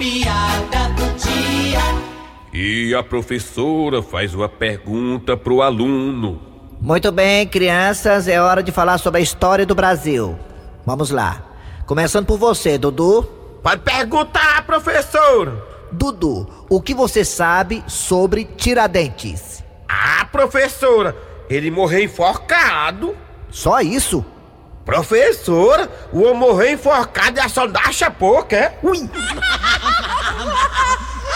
piada do dia. E a professora faz uma pergunta pro aluno. Muito bem, crianças, é hora de falar sobre a história do Brasil. Vamos lá. Começando por você, Dudu. Pode perguntar, professora. Dudu, o que você sabe sobre Tiradentes? Ah, professora, ele morreu enforcado. Só isso? Professora, o homem morreu enforcado e a só dá pouco, é? Ui!